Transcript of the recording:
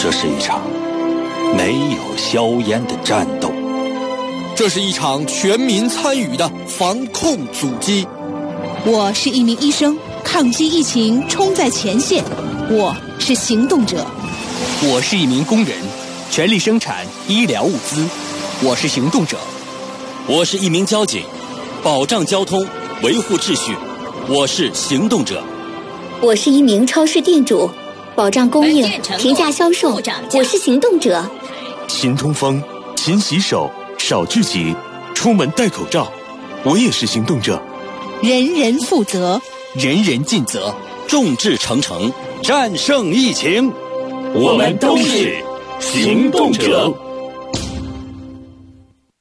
这是一场没有硝烟的战斗，这是一场全民参与的防控阻击。我是一名医生，抗击疫情冲在前线；我是行动者。我是一名工人，全力生产医疗物资；我是行动者。我是一名交警，保障交通，维护秩序；我是行动者。我是一名超市店主，保障供应，平价销售。我是行动者。勤通风，勤洗手，少聚集，出门戴口罩。我也是行动者。人人负责，人人尽责，众志成城，战胜疫情。我们都是行动者。